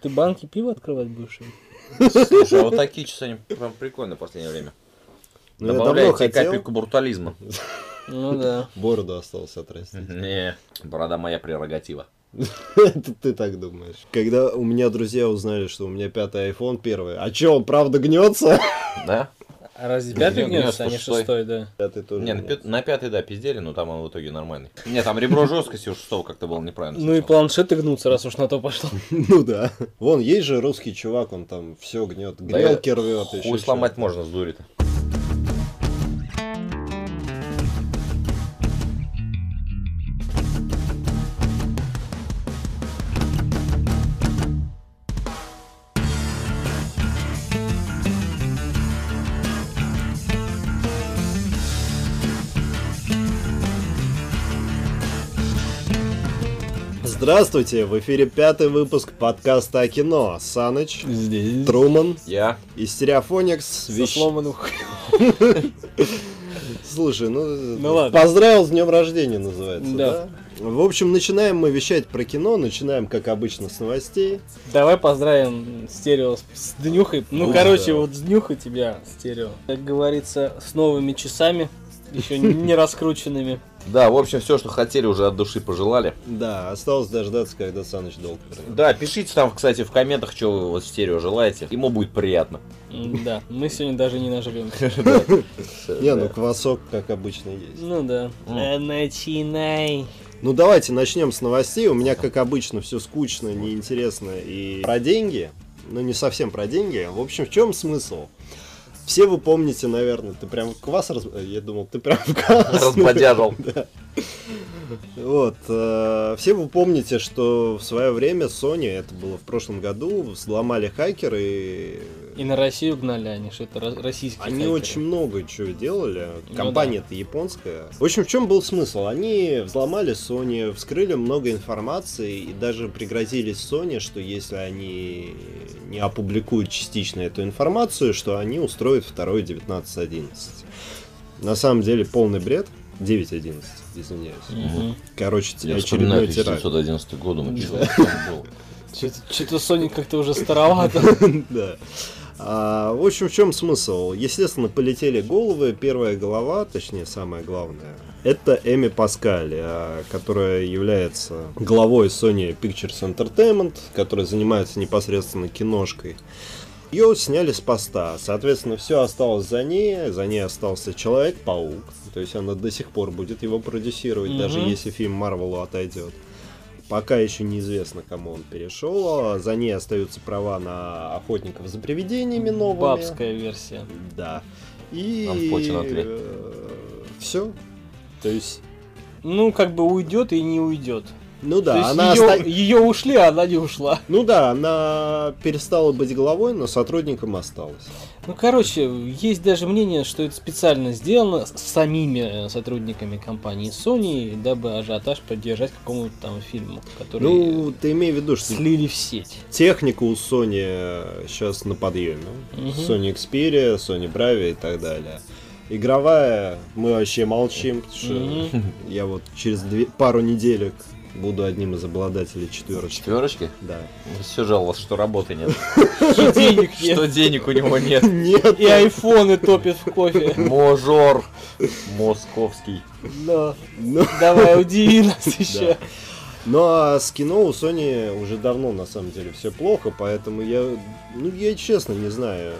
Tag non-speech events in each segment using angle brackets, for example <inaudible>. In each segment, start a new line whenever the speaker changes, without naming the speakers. Ты банки пива открывать будешь? или?
Слушай, а вот такие часы, они прям прикольные в последнее время.
Ну, я
Добавляют
давно
тебе
хотел.
капельку брутализма.
Ну да.
Бороду осталось отрастить.
Не, борода моя прерогатива.
<laughs> Это ты так думаешь. Когда у меня друзья узнали, что у меня пятый iPhone первый, а чё, он
<laughs>
правда гнется?
Да?
А разве пятый
Нет,
гнется, а не
шестой.
шестой, да?
Пятый тоже.
Не, на,
гнётся.
пят- на пятый, да, пиздели, но там он в итоге нормальный. Не, там ребро жесткости у шестого как-то было неправильно.
Ну и
собственно.
планшеты гнутся, раз уж на то пошло.
Ну да. Вон, есть же русский чувак, он там все гнет,
Да я-
грелки рвет. ещё
Хуй сломать
чё.
можно с дури-то.
Здравствуйте, в эфире пятый выпуск подкаста о кино. Саныч,
Здесь.
Труман
Я?
и Стереофоникс.
Со
Вещ-
сломанным х-
Слушай, ну,
Ну ладно.
поздравил с днем рождения называется,
Да.
да. В общем, начинаем мы вещать про кино, начинаем, как обычно, с новостей.
Давай поздравим стерео с- с днюхой. Ну,
Ой,
короче,
да.
вот с днюхой тебя, стерео. Как говорится, с новыми часами, еще не раскрученными.
Да, в общем, все, что хотели, уже от души пожелали.
Да, осталось дождаться, когда Саныч долг вернёт.
Да, пишите там, кстати, в комментах, что вы вот стерео желаете. Ему будет приятно.
Да, мы сегодня даже не нажрем.
Не, ну квасок, как обычно, есть.
Ну да. Да Начинай.
Ну давайте начнем с новостей. У меня, как обычно, все скучно, неинтересно и про деньги. Ну не совсем про деньги. В общем, в чем смысл? Все вы помните, наверное, ты прям квас раз... э, Я думал, ты прям <laughs> квас.
<laughs> Разбодяжил.
Вот. э, все вы помните, что в свое время Sony, это было в прошлом году, взломали хакеры и...
И на Россию гнали они, что это ро- российские
Они
хакеры.
очень много чего делали.
Ну
Компания-то японская. В общем, в чем был смысл? Они взломали Sony, вскрыли много информации и даже пригрозили Sony, что если они не опубликуют частично эту информацию, что они устроят второй 19.11. На самом деле полный бред. 9.11, извиняюсь.
Мгм.
Короче,
Я вспоминаю
очередной тираж.
1911 год, думаю, что
Да.
там было.
Что-то Соник как-то уже старовато.
<laughs> Да. А, в общем, в чем смысл? Естественно, полетели головы. Первая голова, точнее, самая главная, это Эми Паскаль, а, которая является главой Sony Pictures Entertainment, которая занимается непосредственно киношкой. Ее сняли с поста. Соответственно, все осталось за ней. За ней остался Человек-паук. То есть она до сих пор будет его продюсировать,
Мгм.
даже если фильм Марвелу отойдет. Пока еще неизвестно, кому он перешел. а За ней остаются права на охотников за привидениями новыми.
Бабская версия.
Да. И...
Нам в почину ответ.
Все. То есть...
Ну, как бы уйдет и не уйдет.
Ну
То
да,
есть
она
ее,
оста-
ее ушли, а она не ушла.
Ну да, она перестала быть главой, но сотрудником осталась.
Ну, короче, есть даже мнение, что это специально сделано с самими э, сотрудниками компании Sony, дабы ажиотаж поддержать какому-то там фильму, который
Ну, ты имей в виду,
э,
что
слили в сеть.
техника у Sony сейчас на подъеме.
Мгм.
Sony Xperia, Sony Bravia и так далее. Игровая, мы вообще молчим, потому что
Мгм.
я вот через две- пару неделек буду одним из обладателей четверочки.
Четверочки?
Да. <laughs>
Все жаловался, что работы нет.
И денег нет,
Что денег у него нет.
Нет.
и айфоны топят в
<laughs>
кофе.
Мажор московский.
Да.
Ну,
Давай, удиви
<laughs>
нас еще.
Ну а с кино у Sony уже давно на самом деле все плохо, поэтому я, ну я честно не знаю,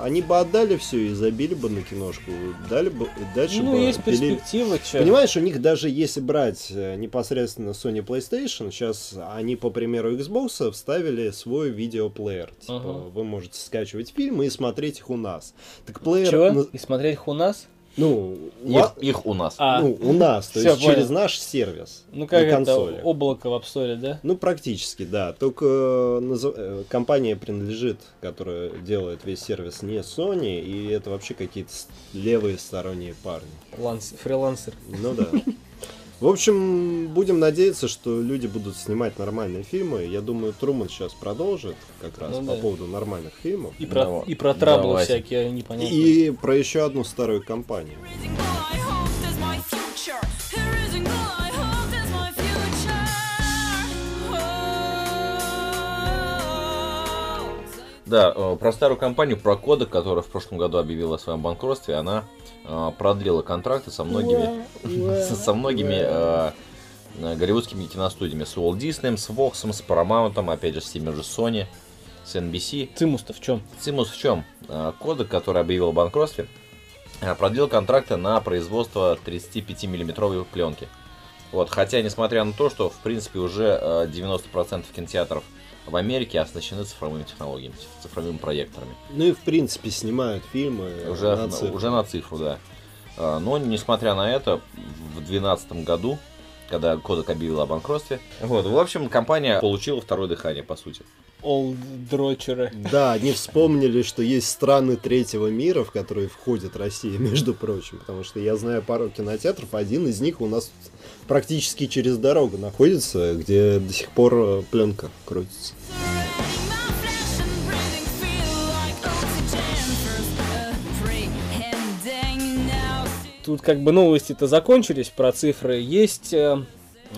они бы отдали все и забили бы на киношку, дали бы и дальше
Ну,
бы
есть
пилили-
перспектива, че.
Понимаешь, у них даже если брать э, непосредственно Sony PlayStation, сейчас они, по примеру Xbox, вставили свой видеоплеер. Типа,
Ага.
вы можете скачивать фильмы и смотреть их у нас. Так плеер...
Чего?
на-
И смотреть Хунас?
Ну,
Их,
ла-
их у нас.
А,
ну, у нас, то
<laughs> Всё,
есть через
понял.
наш сервис
ну как
на
это,
консоли.
облако в обсторе, да?
Ну, практически, да. Только э, назов- э, компания принадлежит, которая делает весь сервис, не Sony, и это вообще какие-то с- левые сторонние парни.
Ланс- Фрилансер.
Ну да. В общем, будем надеяться, что люди будут снимать нормальные фильмы. Я думаю, Труман сейчас продолжит как раз
Ну
по
да.
поводу нормальных фильмов.
И про,
Давай.
и про траблы
Давай.
всякие непонятные.
И про еще одну старую компанию.
Raising bull, I hope there's my future. Raising bull, I hope there's my future. Oh.
Да, э, про старую компанию, про Кода, которая в прошлом году объявила о своем банкротстве, она э, продлила контракты со многими, <laughs> со со многими э, э, голливудскими киностудиями. С Walt Disney, с Vox, с Paramount, опять же, с теми же Sony, с NBC.
Цимус-то в чем?
Цимус в чем? Кодек, который объявил о банкротстве, э, продлил контракты на производство 35-миллиметровой пленки. Вот, хотя, несмотря на то, что, в принципе, уже э, 90% кинотеатров в Америке оснащены цифровыми технологиями, типа цифровыми проекторами.
Ну и в принципе снимают фильмы.
Уже
на
Э, на,
цифру.
уже на цифру, да. А, Но, несмотря на это, в 2012 году, когда Кодек объявил о банкротстве, вот, в общем, компания получила второе дыхание, по сути.
Олд-дрочеры.
Да, они вспомнили, что есть страны третьего мира, в которые входит Россия, <laughs> между прочим, потому что я знаю пару кинотеатров, один из них у нас практически через дорогу находится, где до сих пор э, пленка крутится.
Surrounding my flesh and breathing feel like oxygen. First apprehending, now
Тут как бы новости-то закончились про цифры. Есть... э,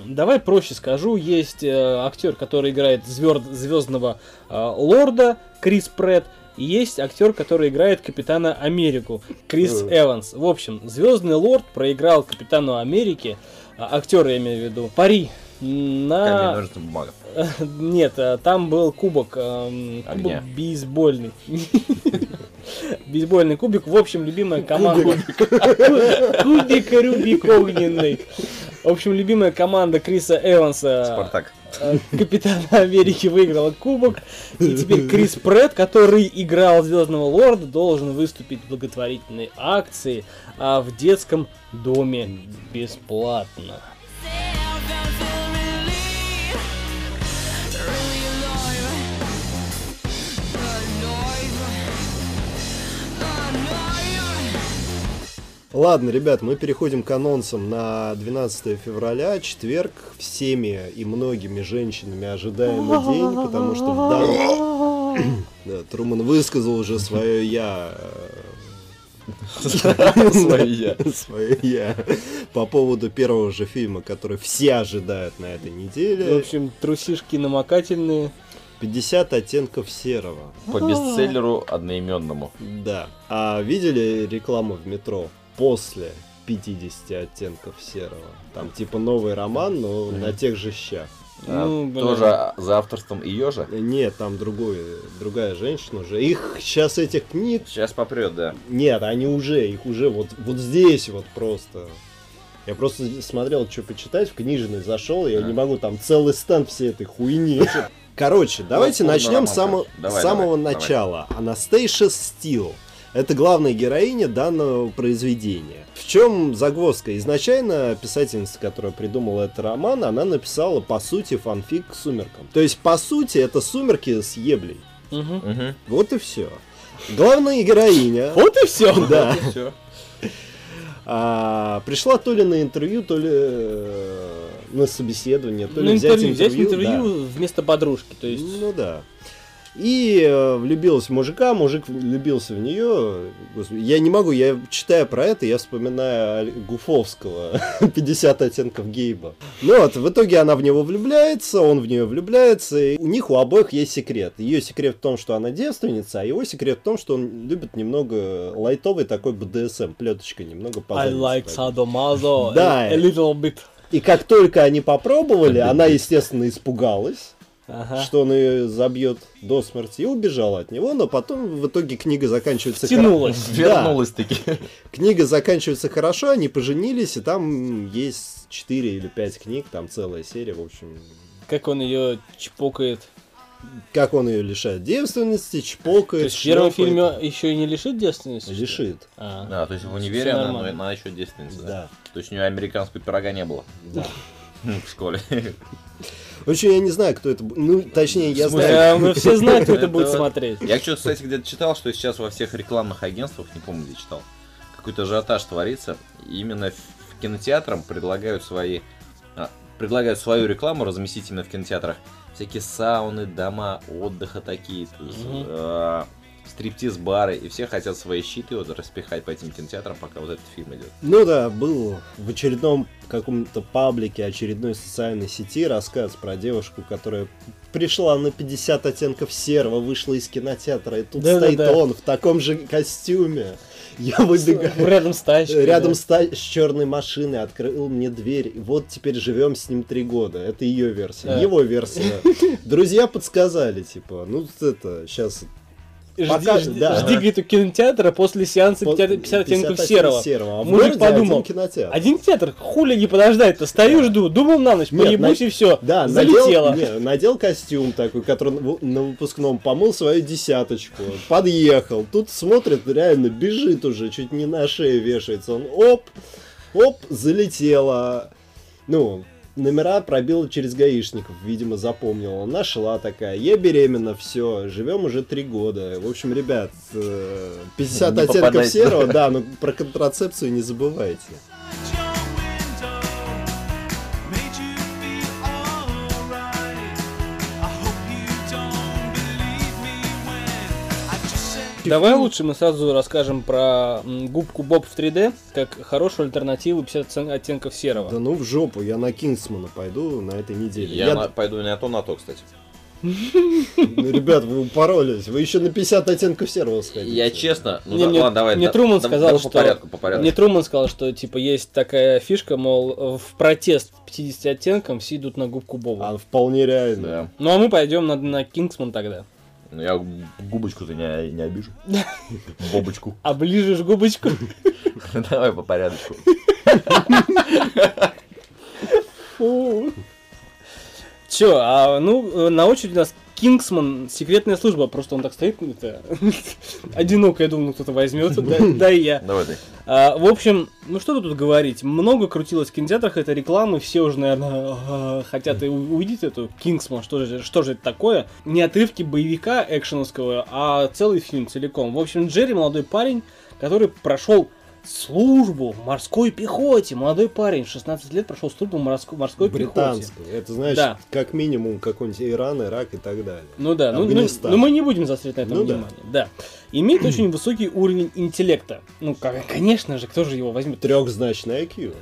Давай проще скажу, есть э, актер, который играет звездного лорда Крис Прэтт, и есть актер, который играет Капитана Америку Крис
Э.
Эванс. В общем, звездный лорд проиграл Капитану Америки, а, актера я имею в виду, пари
Камень,
на...
ножницы, бумага.
<laughs> Нет, э, там был кубок, эм,
Огня.
кубок бейсбольный. <laughs> Бейсбольный кубик, в общем, любимая команда. Кубик Рубик огненный. В общем, любимая команда Криса
А.
Эванса,
Спартак.
э, капитана <laughs> Америки, выиграла кубок. И теперь Крис Прэтт, который играл Звездного Лорда, должен выступить в благотворительной акции а в детском доме бесплатно.
say I don't feel relief. Really alive. Alive. Alive.
Ладно, ребят, мы переходим к анонсам на 12 февраля, четверг, всеми и многими женщинами ожидаемый день, потому что в данный- Да, Труман высказал уже свое «я» э,
<laughs> Свои
<laughs>
я.
Своё я. По поводу первого же фильма, который все ожидают на этой
В
неделе.
общем, трусишки намокательные.
50 оттенков серого.
По бестселлеру одноименному.
Да. А видели рекламу в метро после 50 оттенков серого? Там типа новый роман, но на тех же щах.
А,
Ну, блин.
Тоже за авторством ее же.
Нет, там другой, другая женщина уже. Их сейчас этих книг
Сейчас попрет, да.
Нет, они уже, их уже вот, вот здесь вот просто. Я просто смотрел, что почитать, в книжный зашел, я
Да.
не могу, там целый стенд всей этой хуйни. Короче, давайте
Ну,
начнем
ладно,
с само-
давай, давай,
с самого
давай.
начала. Анастейша Стил. Это главная героиня данного произведения. В чем загвоздка? Изначально писательница, которая придумала этот роман, она написала, по сути, фанфик к «Сумеркам». То есть, по сути, это «Сумерки» с еблей.
Мгм.
Мгм.
Вот и все. Главная героиня...
Вот и все.
Да.
И всё.
А, пришла то ли на интервью, то ли э, на собеседование, то ли
Ну,
взять
интервью, взять
интервью.
интервью вместо подружки, то
да.
есть...
Ну да. И э, влюбилась в мужика, мужик влюбился в нее. Господи, я не могу, я читая про это, я вспоминаю Аль- Гуфовского <laughs> 50 оттенков Гейба. Ну вот, в итоге она в него влюбляется, он в нее влюбляется, и у них у обоих есть секрет. Ее секрет в том, что она девственница, а его секрет в том, что он любит немного лайтовый такой БДСМ, плеточка немного по
I
заднице
like
так. <laughs>
sadomaso
Да.
a a little bit.
И как только они попробовали, она, естественно, испугалась,
Ага.
что он ее забьет до смерти, и убежала от него, но потом в итоге книга заканчивается... хоро-
Втянулась.
Да,
Вернулась таки.
книга заканчивается хорошо, они поженились, и там есть 4 или 5 книг, там целая серия, в общем...
Как он ее чпокает.
Как он ее лишает девственности,
То
чпокает,
есть в первом
шлепает.
фильме еще и не лишит девственности? что ли?
Лишит.
А.
<laughs> Да, то есть в универе
Всё
она, но
нормально.
она еще девственница.
Да.
То есть у нее американского пирога не было
Да.
<laughs> в школе.
В общем, я не знаю, кто это... бу- Ну, точнее, я
В смысле,
знаю...
а, мы все знаем, кто это
<laughs>
Это
будет
вот-
смотреть.
Я, что-то, кстати, где-то читал, что сейчас во всех рекламных агентствах, не помню, где читал, какой-то ажиотаж творится. И Именно в- кинотеатрам предлагают свои... а, предлагают свою рекламу разместить именно в кинотеатрах. Всякие сауны, дома отдыха такие. то есть,
Мгм.
э, стриптиз-бары, и все хотят свои щиты вот распихать по этим кинотеатрам, пока вот этот фильм идет.
Ну да, был в очередном каком-то паблике очередной социальной сети рассказ про девушку, которая пришла на 50 оттенков серого, вышла из кинотеатра, и тут
Да-да-да.
стоит он в таком же костюме. Я выбегаю.
Ну, Рядом с тачкой.
Рядом
да.
с, та- с черной машиной открыл мне дверь. И вот теперь живем с ним три года. Это ее версия.
Да.
Его версия. Друзья подсказали, типа, ну это сейчас
Жди,
Пока-
жди,
да.
жди, говорит, у кинотеатра после сеанса 50 50 оттенков серого.
серого. А в
Мужик
городе один
подумал,
кинотеатр.
Один театр, хули не подождать-то, стою, жду, думал на ночь,
Нет,
поебусь
на-
и все,
Да,
залетело.
надел, не, надел костюм такой, который на ву- на выпускном помыл свою десяточку, подъехал. Тут смотрит, реально бежит уже, чуть не на шее вешается. Он оп, оп, залетела. Ну, номера пробил через гаишников, видимо, запомнила. Нашла такая, я беременна, все, живем уже три года. В общем, ребят, э, 50
Не
оттенков
попадайте.
серого, да, но про контрацепцию не забывайте.
Давай лучше мы сразу расскажем про м, губку Боб в 3D, как хорошую альтернативу 50 оттен- оттенков серого.
Да ну в жопу, я на Кингсмана пойду на этой неделе.
Я,
Я-
на- пойду не на то, на то, кстати.
Ну, ребят, вы упоролись. Вы еще на 50 оттенков серого сходите.
Я честно, ну
Не,
да,
мне-
ладно, давай.
мне
да,
Труман
да,
сказал,
давай
что-
По порядку, по порядку.
Мне Труман сказал, что типа есть такая фишка, мол, в протест 50 оттенкам все идут на губку Боба.
А, вполне реально.
Да.
Ну а мы пойдем на, на Кингсман тогда.
Ну я губочку-то не,
<laughs>
не обижу. Бобочку.
Оближешь губочку.
Давай по порядку.
Фу. Чё, а ну э, на очереди у нас Кингсман, секретная служба, просто он так стоит, ну, это, <laughs> одиноко, я думаю, кто-то возьмет, да, да и я.
Давай ты.
А, в общем, ну что тут говорить, много крутилось в кинотеатрах этой рекламы, все уже, наверное, а, хотят и у- увидеть эту Кингсман, что же, что же это такое. Не отрывки боевика экшеновского, а целый фильм целиком. В общем, Джерри, молодой парень, который прошел службу в морской пехоте. Молодой парень, 16 лет, прошел службу в морской, морской пехоте.
Британскую. Это значит,
Да.
как минимум, какой-нибудь Иран, Ирак и так далее.
Ну да, ну, ну,
Афганистан.
ну мы не будем заострять на этом
Ну да.
внимание. Да. Имеет очень высокий уровень интеллекта. Ну, как- конечно же, кто же его возьмет?
Трехзначный IQ.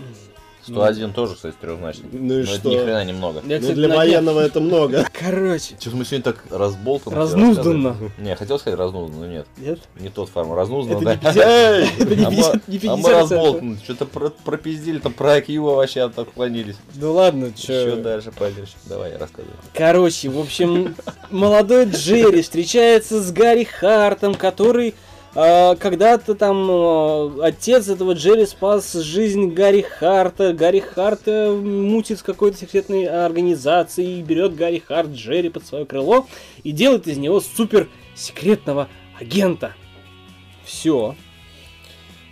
Ну.
101 тоже, кстати, трехзначный.
Ну и
Но это
что?
ни хрена немного.
Я,
Ну,
кстати,
для
на днях-
военного это много.
Короче,
Чё-то мы сегодня так разболтанно.
разнузданно.
Не, хотел сказать разнузданно, но нет.
Нет?
Не тот форм. Разнузданно,
Это
да.
не 50,
<laughs>
<laughs> это не
А мы-
50, не
А
50
мы
центов.
разболтаны. Что-то про- пропиздили, там про IQ вообще отклонились.
Ну ладно,
Еще
чё.
дальше пойдешь. Давай, я рассказываю.
Короче, в общем, молодой Джерри встречается с Гарри Хартом, который а, когда-то там а, отец этого Джерри спас жизнь Гарри Харта. Гарри Харта мутит с какой-то секретной организацией и берет Гарри Харт Джерри под свое крыло и делает из него супер секретного агента. Все.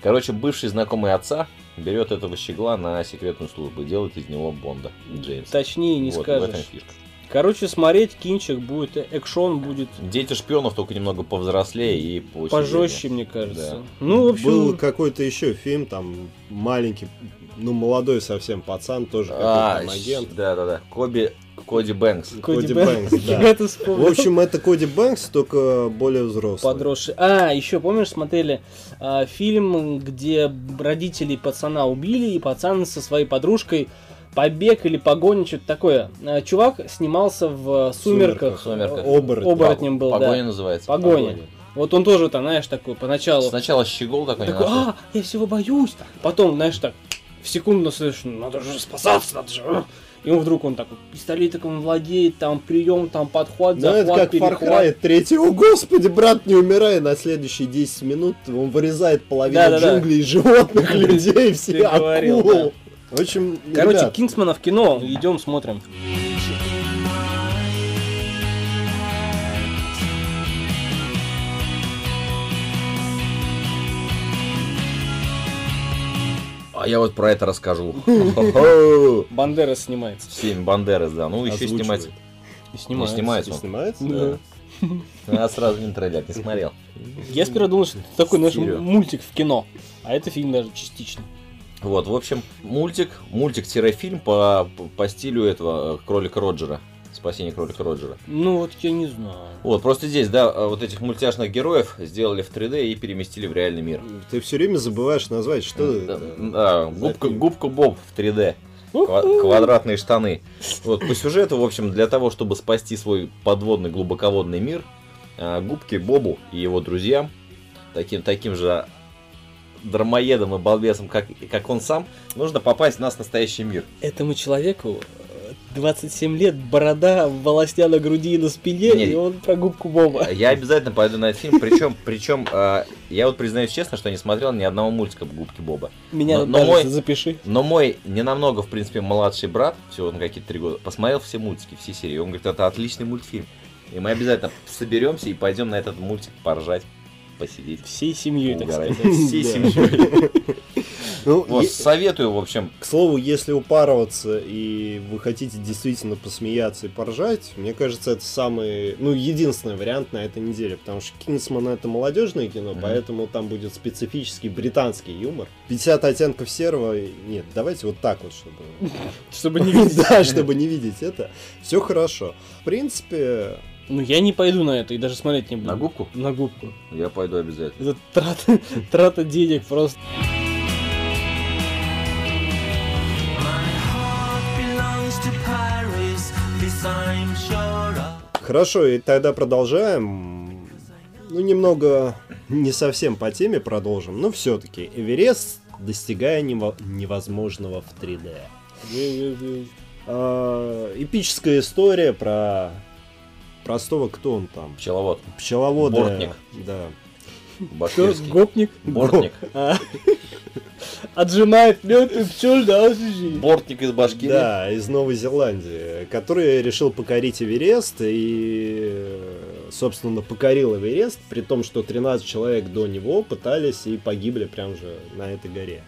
Короче, бывший знакомый отца берет этого щегла на секретную службу и делает из него Бонда. Джеймс.
Точнее не
Вот, в этом
скажешь.
фишка.
Короче, смотреть кинчик будет, э, экшон будет
Дети шпионов только немного повзрослее и по
пожестче, мне кажется.
Да.
<laughs> Ну, в общем,
Был какой-то еще фильм, там, маленький, ну, молодой совсем пацан, тоже
А,
какой-то там агент.
да, да, да. Коби, Коди Бэнкс.
Коди
Коди
Бэнкс,
Бэнкс,
<laughs>
да.
я это вспомнил.
В общем, это Коди Бэнкс, только более взрослый.
подросший. А, еще помнишь, смотрели а, фильм, где родители пацана убили, и пацан со своей подружкой побег или погоня, что-то такое. А, чувак снимался в э, «Сумерках».
«Сумерках»,
«Сумерках».
Оборотень.
Оборотнем был,
Погоня
да.
называется.
Погоня. Вот он тоже, там, знаешь, такой поначалу.
Сначала щегол такой,
Такой,
небольшой.
а, я всего боюсь. Потом, знаешь, так, в секунду слышишь, «Ну, надо же спасаться, надо же. а». И он вдруг он такой пистолетиком владеет, там прием, там подхват,
Да, Ну, это
захват,
как Far
перехват.
Cry 3. О, господи, брат, не умирай. На следующие 10 минут он вырезает половину
Да-да-да.
джунглей,
<laughs>
животных, людей, все акул.
говорил,
В общем,
Короче,
ребят,
Кингсмана в кино, идем смотрим.
А я вот про
<laughs>
это расскажу. Хо-хо.
Бандера снимается.
Семь Бандерас, да. Ну, еще
Озвучивает.
снимается.
И
Не
снимается.
снимается
и
он.
снимается?
Да.
А сразу не трейлер, не смотрел.
Я сперва думал, что это такой наш
Серьё.
мультик в кино. А это фильм даже частично.
Вот, в общем, мультик, мультик-фильм по, по стилю этого э, кролика Роджера с спасение кролика Роджера.
Ну вот я не знаю.
Вот, просто здесь, да, э, вот этих мультяшных героев сделали в 3D и переместили в реальный мир.
Ты все время забываешь назвать, что
Да, А,
это.
да, губка, губка Боб в 3D. Ква-
У-ху.
квадратные штаны. Вот, по сюжету, в общем, для того, чтобы спасти свой подводный глубоководный мир, а, губки Бобу и его друзьям, таким, таким же дармоедом и балбесом, как, как он сам, нужно попасть в нас настоящий мир.
Этому человеку э, 27 лет, борода, волосня на груди и на спине,
Не. Э,
и он про губку Боба.
Я обязательно пойду на этот фильм, причем, причем а, я вот признаюсь честно, что не смотрел ни одного мультика «Губки Боба».
Меня
Но- но
даже
мой-
запиши.
Но мой ненамного, в принципе, младший брат, всего на какие-то три года, посмотрел все мультики, все серии. Он говорит, это отличный мультфильм. И мы обязательно соберемся и пойдем на этот мультик поржать, посидеть.
Всей семьей, так
поугарать.
сказать.
Всей
Да.
семьей.
Ну,
Вот,
е-
советую, в общем,
К слову, если упарываться и вы хотите действительно посмеяться и поржать, мне кажется, это самый, ну, единственный вариант на этой неделе, потому что Кингсман это молодежное кино,
Мгм.
поэтому там будет специфический британский юмор. 50 оттенков серого, нет, давайте вот так вот, чтобы... <laughs>
Чтобы не видеть.
Да, чтобы не видеть это. Все хорошо. В принципе,
Ну я не пойду на это и даже смотреть не буду.
на губку
На губку.
я пойду обязательно.
Это трата, <laughs> трата денег просто.
хорошо, и тогда продолжаем. Ну, немного не совсем по теме продолжим, но все-таки Эверест, достигая нево- невозможного в 3D. А, эпическая история про простого, кто он там?
Пчеловод,
Пчеловода.
Бортник.
Да.
Что,
башкирский,
гопник?
бортник.
А. <laughs> Отжимает лед и пчел, да, слушай.
Бортник из Башкирии.
Да, из Новой Зеландии, который решил покорить Эверест и, э, собственно, покорил Эверест, при том, что 13 человек до него пытались и погибли прям же на этой горе.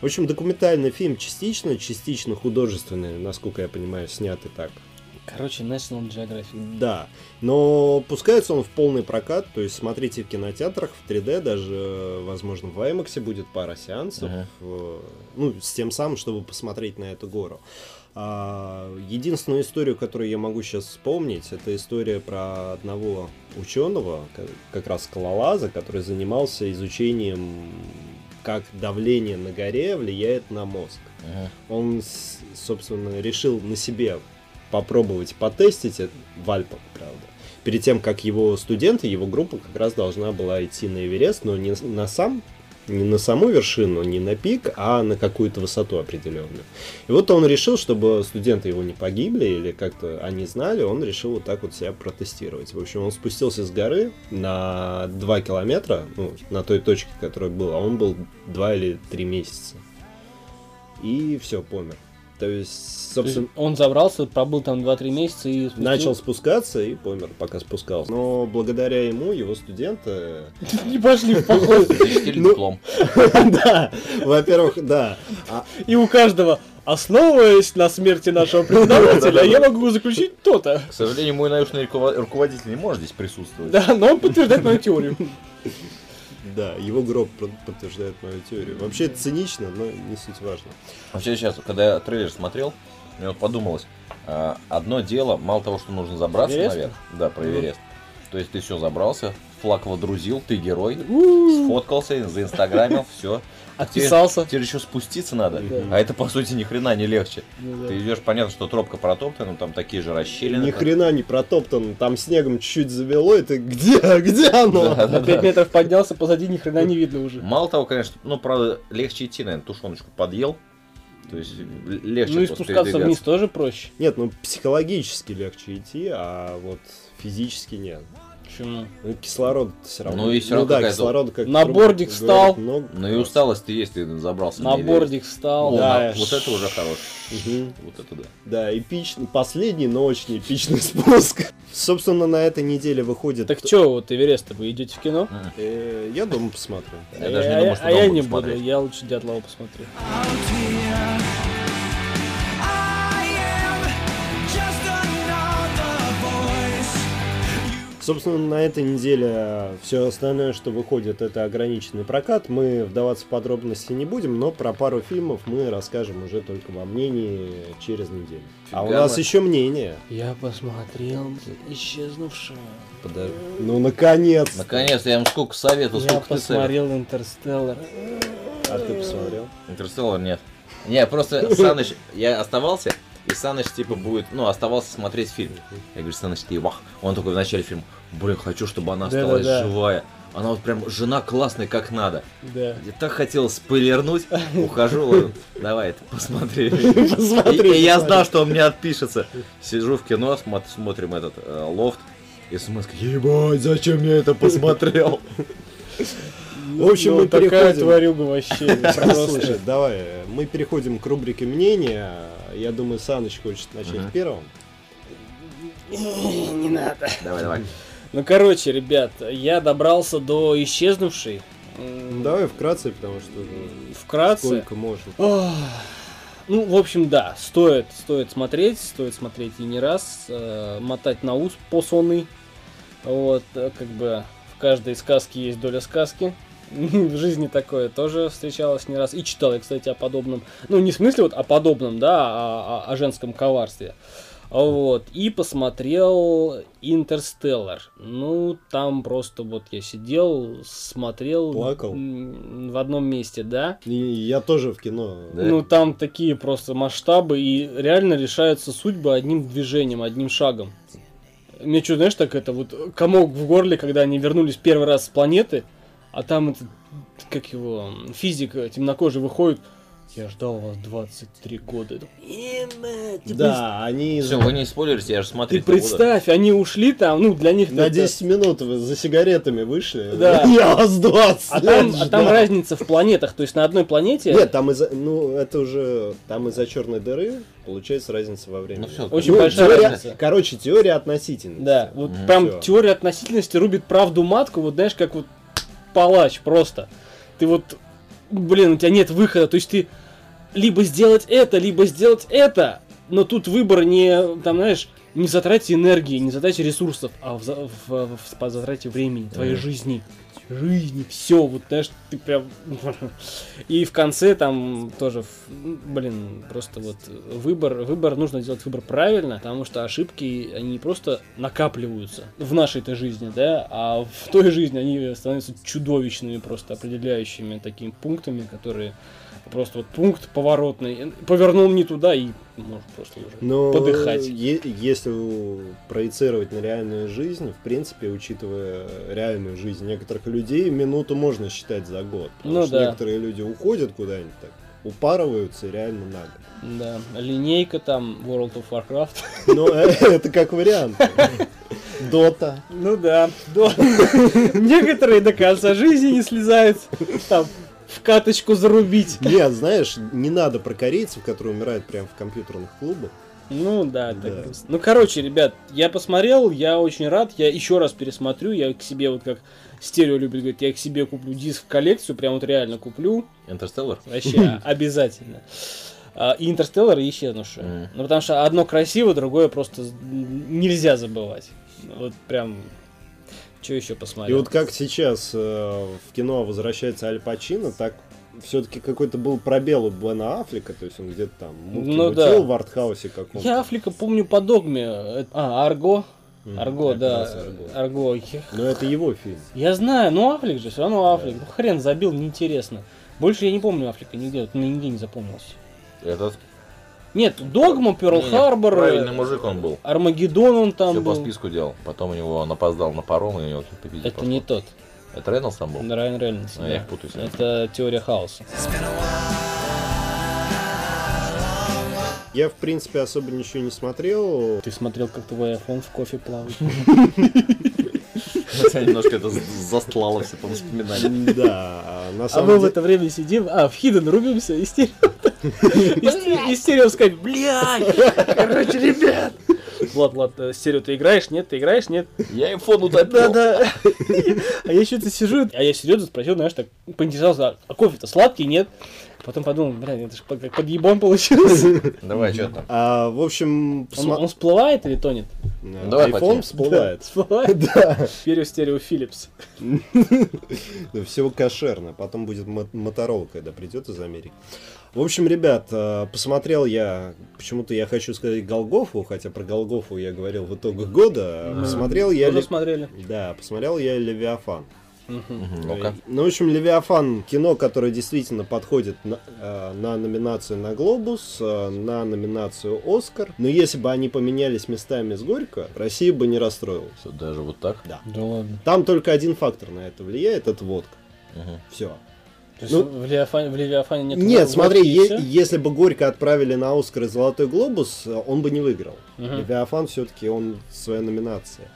В общем, документальный фильм частично, частично художественный, насколько я понимаю, снятый так.
Короче, National Geographic.
Да, но пускается он в полный прокат, то есть смотрите в кинотеатрах, в 3D, даже, э, возможно, в IMAX будет пара сеансов,
Ага.
э, ну, с тем самым, чтобы посмотреть на эту гору. А, единственную историю, которую я могу сейчас вспомнить, это история про одного ученого, ка- как раз скалолаза, который занимался изучением, как давление на горе влияет на мозг
Мгм.
он, с- собственно, решил на себе попробовать потестить это в Альпах, правда. Перед тем, как его студенты, его группа как раз должна была идти на Эверест, но не на сам не на саму вершину, не на пик, а на какую-то высоту определенную. И вот он решил, чтобы студенты его не погибли или как-то они знали, он решил вот так вот себя протестировать. В общем, он спустился с горы на 2 километра, ну, на той точке, которая была, а он был 2 или 3 месяца. И все, помер. То есть,
То есть
собственно,
Он забрался, пробыл там 2-3 месяца и... спустил-
начал спускаться и помер, пока спускался. ну, Но благодаря ему его студенты...
<laughs> Не пошли в поход.
Защитили
Ну,
диплом.
<laughs> Да, во-первых, да. А-
И у каждого, основываясь на смерти нашего преподавателя, я могу заключить то-то. <laughs>
К сожалению, мой научный рукова- руководитель не может здесь присутствовать.
Да, но он подтверждает мою теорию.
Да, его гроб про- подтверждает мою теорию. Вообще это цинично, но не суть важно.
Вообще сейчас, когда я трейлер смотрел, мне вот подумалось, а, одно дело, мало того, что нужно забраться
Эверест? Ну.
наверх, да, про Эверест, то есть ты все забрался, флаг водрузил, ты герой,
У-у-у. <laughs>
сфоткался, заинстаграмил, все.
Отписался.
Теперь еще спуститься надо,
Да.
а это по сути ни хрена не легче.
Ну да.
Ты идешь, понятно, что тропка протоптана, ну там такие же расщелины.
Ни
как-
хрена не протоптан, там снегом чуть-чуть завело, и ты где, <laughs> где оно?
Да, да,
На 5
да.
метров поднялся, позади ни хрена не видно уже.
Мало того, конечно, ну правда, легче идти, наверное, тушеночку подъел, то есть л- легче
Ну и
просто
спускаться
передвигаться.
вниз тоже проще.
Нет, ну психологически легче идти, а вот физически нет.
Почему?
Ну, кислород все равно.
Ну и всё равно
да,
какая-то-
кислород как
На
труб,
бордик
говорят,
встал.
много.
Ну и усталость ты есть, ты забрался
На
Эверест.
бордик
О,
встал.
Да.
на- Вот это уже хорошо.
Мгм.
Вот это да.
Да, эпичный, последний, но очень эпичный <laughs> спуск. Собственно, на этой неделе выходит...
Так чё, вот Эверест-то вы идете в кино?
Э, я дома посмотрю.
Я даже не
А
думал, что
а я
дома
не
буду
буду,
смотреть.
я лучше Дятлова посмотрю.
Собственно, на этой неделе все остальное, что выходит, это ограниченный прокат. Мы вдаваться в подробности не будем, но про пару фильмов мы расскажем уже только во мнении через неделю. а у
Фига
нас
мы-
еще мнение.
Я посмотрел исчезнувшего.
Подожди.
Ну, наконец!
Наконец, я им сколько советую,
Я
сколько ты советуешь.
посмотрел Интерстеллар.
А ты посмотрел?
Интерстеллар нет.
<laughs>
Не, просто Саныч, я оставался, и Саныч типа будет, ну, оставался смотреть фильм. Я говорю, Саныч, ты ебах. Он такой в начале фильма, блин, хочу, чтобы она
Да-да-да.
осталась живая. Она вот прям, жена классная, как надо.
Да.
Я так хотел спойлернуть, ухожу, ладно, давай, ты
<laughs>
посмотри.
Посмотри,
И- И я
посмотри.
знал, что он мне отпишется. Сижу в кино, смо- смотрим этот э, лофт, и смс ебать, зачем я это посмотрел?
<laughs>
В общем, мы
Ну, такая
переходим.
тварюга
<laughs>
вообще.
Слушай,
просто.
давай, э, мы переходим к рубрике мнения. Я думаю, Саныч хочет начать
Мгм.
первым.
Не надо.
Давай, давай.
Ну, короче, ребят, я добрался до исчезнувшей. М,
Давай вкратце, потому что ну,
Вкратце.
сколько можно.
Ох, Ну, в общем, да, стоит, стоит смотреть, стоит смотреть и не раз, э, мотать на ус по соны. Вот, э, как бы в каждой сказке есть доля сказки. <laughs> В жизни такое тоже встречалось не раз. И читал я, кстати, о подобном. Ну, не в смысле вот о подобном, да, а- а- о, женском коварстве. Вот, и посмотрел «Интерстеллар». Ну, там просто вот я сидел, смотрел...
Плакал?
м, В одном месте, да.
И я тоже в кино.
Да.
Ну, там такие просто масштабы, и реально решаются судьбы одним движением, одним шагом. Мне что, знаешь, так это вот комок в горле, когда они вернулись первый раз с планеты, а там этот, как его, физик э, темнокожий выходит, я ждал вас 23 года. Я думаю, «Э, мать, ты представь,
Да, они
Все, вы не спойлерите, я же смотрю.
Ты представь, они ушли там, ну, для них...
на
это-
10 минут вы за сигаретами вышли.
Да.
<laughs> Я вас 20
А там,
лет
а там
ждал.
разница в планетах, то есть на одной планете...
Нет, там из-за, ну, это уже, там из-за черной дыры получается разница во времени.
Ну всё,
Очень
Ну,
большая
теория-
разница.
Короче, теория относительности.
Да, вот
Мгм.
прям
Всё.
теория относительности рубит правду матку, вот знаешь, как вот палач просто. Ты вот, блин, у тебя нет выхода, то есть ты либо сделать это, либо сделать это, но тут выбор не, там, знаешь, не затрате энергии, не затрате ресурсов, а в, за- в- в- в- по затрате времени, твоей
Мгм.
жизни. Жизни, все, вот знаешь, ты прям... <laughs> И в конце там тоже, ф- ну, блин, просто вот выбор, выбор, нужно делать выбор правильно, потому что ошибки, они не просто накапливаются в нашей-то жизни, да, а в той жизни они становятся чудовищными просто определяющими такими пунктами, которые просто вот пункт поворотный, э, повернул не туда и может просто уже
Но
подыхать.
е- если у- проецировать на реальную жизнь, в принципе, учитывая реальную жизнь некоторых людей, минуту можно считать за год. Потому
Ну
что
да.
некоторые люди уходят куда-нибудь так, упарываются и реально на год.
Да, линейка там World of Warcraft.
Но <laughs> э, это как вариант. Дота.
Ну да, да. <laughs> Некоторые до конца жизни не слезают. Там в каточку зарубить.
Нет, знаешь, не надо про корейцев, которые умирают прямо в компьютерных клубах.
Ну да, так
Да.
грустно. Ну короче, ребят, я посмотрел, я очень рад, я еще раз пересмотрю, я к себе вот как стерео любит говорить, я к себе куплю диск в коллекцию, прям вот реально куплю,
Интерстеллар?
<laughs>
вообще обязательно. А, И Интерстеллар и исчезнувшие.
Мгм.
Ну потому что одно красиво, другое просто з- н- нельзя забывать. Вот прям. Что еще
И
посмотреть?
вот как сейчас э, в кино возвращается Аль Пачино, так все-таки какой-то был пробел у Бена Аффлека, то есть он где-то там муки
Ну
мутил
да.
в артхаусе каком-то.
Я Афлика помню по догме. Э, А, Арго.
Мгм,
Арго,
как
да.
раз Арго.
Арго. Я-
Но это его фильм.
Я знаю, но Афлик же, все равно Афлик. Ну хрен забил, неинтересно. Больше я не помню Афлика нигде, вот мне нигде не запомнился.
Этот?
Нет, Догма, Перл
Не,
Харбор,
Правильный
э,
мужик он был.
Армагеддон он там
Все по
был.
списку делал. Потом у него он опоздал на паром, и у него победил.
Это не тот.
Это Рейнольдс там был?
Райан Рейнольдс.
А,
да.
я их путаю с <laughs> ним.
Это теория хаоса.
Я, в принципе, особо ничего не смотрел.
Ты смотрел, как твой iPhone в кофе плавает.
Я немножко это застлало все по воспоминаниям.
Да, на
А
самом
мы в
де-
это время сидим, а, в Хиден рубимся и стерео. И стерео сказать, блядь, короче, ребят, говорит, Влад, Влад, э, стерео ты играешь? Нет, ты играешь? Нет.
Я им фон
Да,
утопил.
да. <laughs> А я что-то сижу, а я серьезно спросил, знаешь, так поинтересовался, «А- а кофе-то сладкий, нет? Потом подумал, блин, это же под, как подъебон
<laughs>
получился.
Давай, что там?
А, в общем,
Он,
посма-
он всплывает или тонет?
э,
Давай
iPhone
потише.
Да, <laughs>
всплывает.
всплывает. Да. Верю в стерео Philips.
Да всего кошерно. Потом будет мо- Motorola, когда придет из Америки. В общем, ребят, э, посмотрел я, почему-то я хочу сказать Голгофу, хотя про Голгофу я говорил в итогах года.
Мгм.
Посмотрел А, я...
Тоже
Ле-
смотрели.
Да, посмотрел я Левиафан.
Мгм.
Мгм, Ну-ка.
Ну, в общем, Левиафан кино, которое действительно подходит на, э, на номинацию на Глобус, э, на номинацию Оскар. Но если бы они поменялись местами с Горько, Россия бы не расстроилась.
Всё, Даже вот так?
Да.
Да ладно.
Там только один фактор на это влияет, это водка.
Мгм.
Все.
То есть
Ну-
в, Левиафане, в Левиафане нет...
Нет,
водки
смотри,
и
е-
всё?
если бы Горько отправили на Оскар и Золотой Глобус, э, он бы не выиграл.
Мгм.
Левиафан все-таки он своя номинация.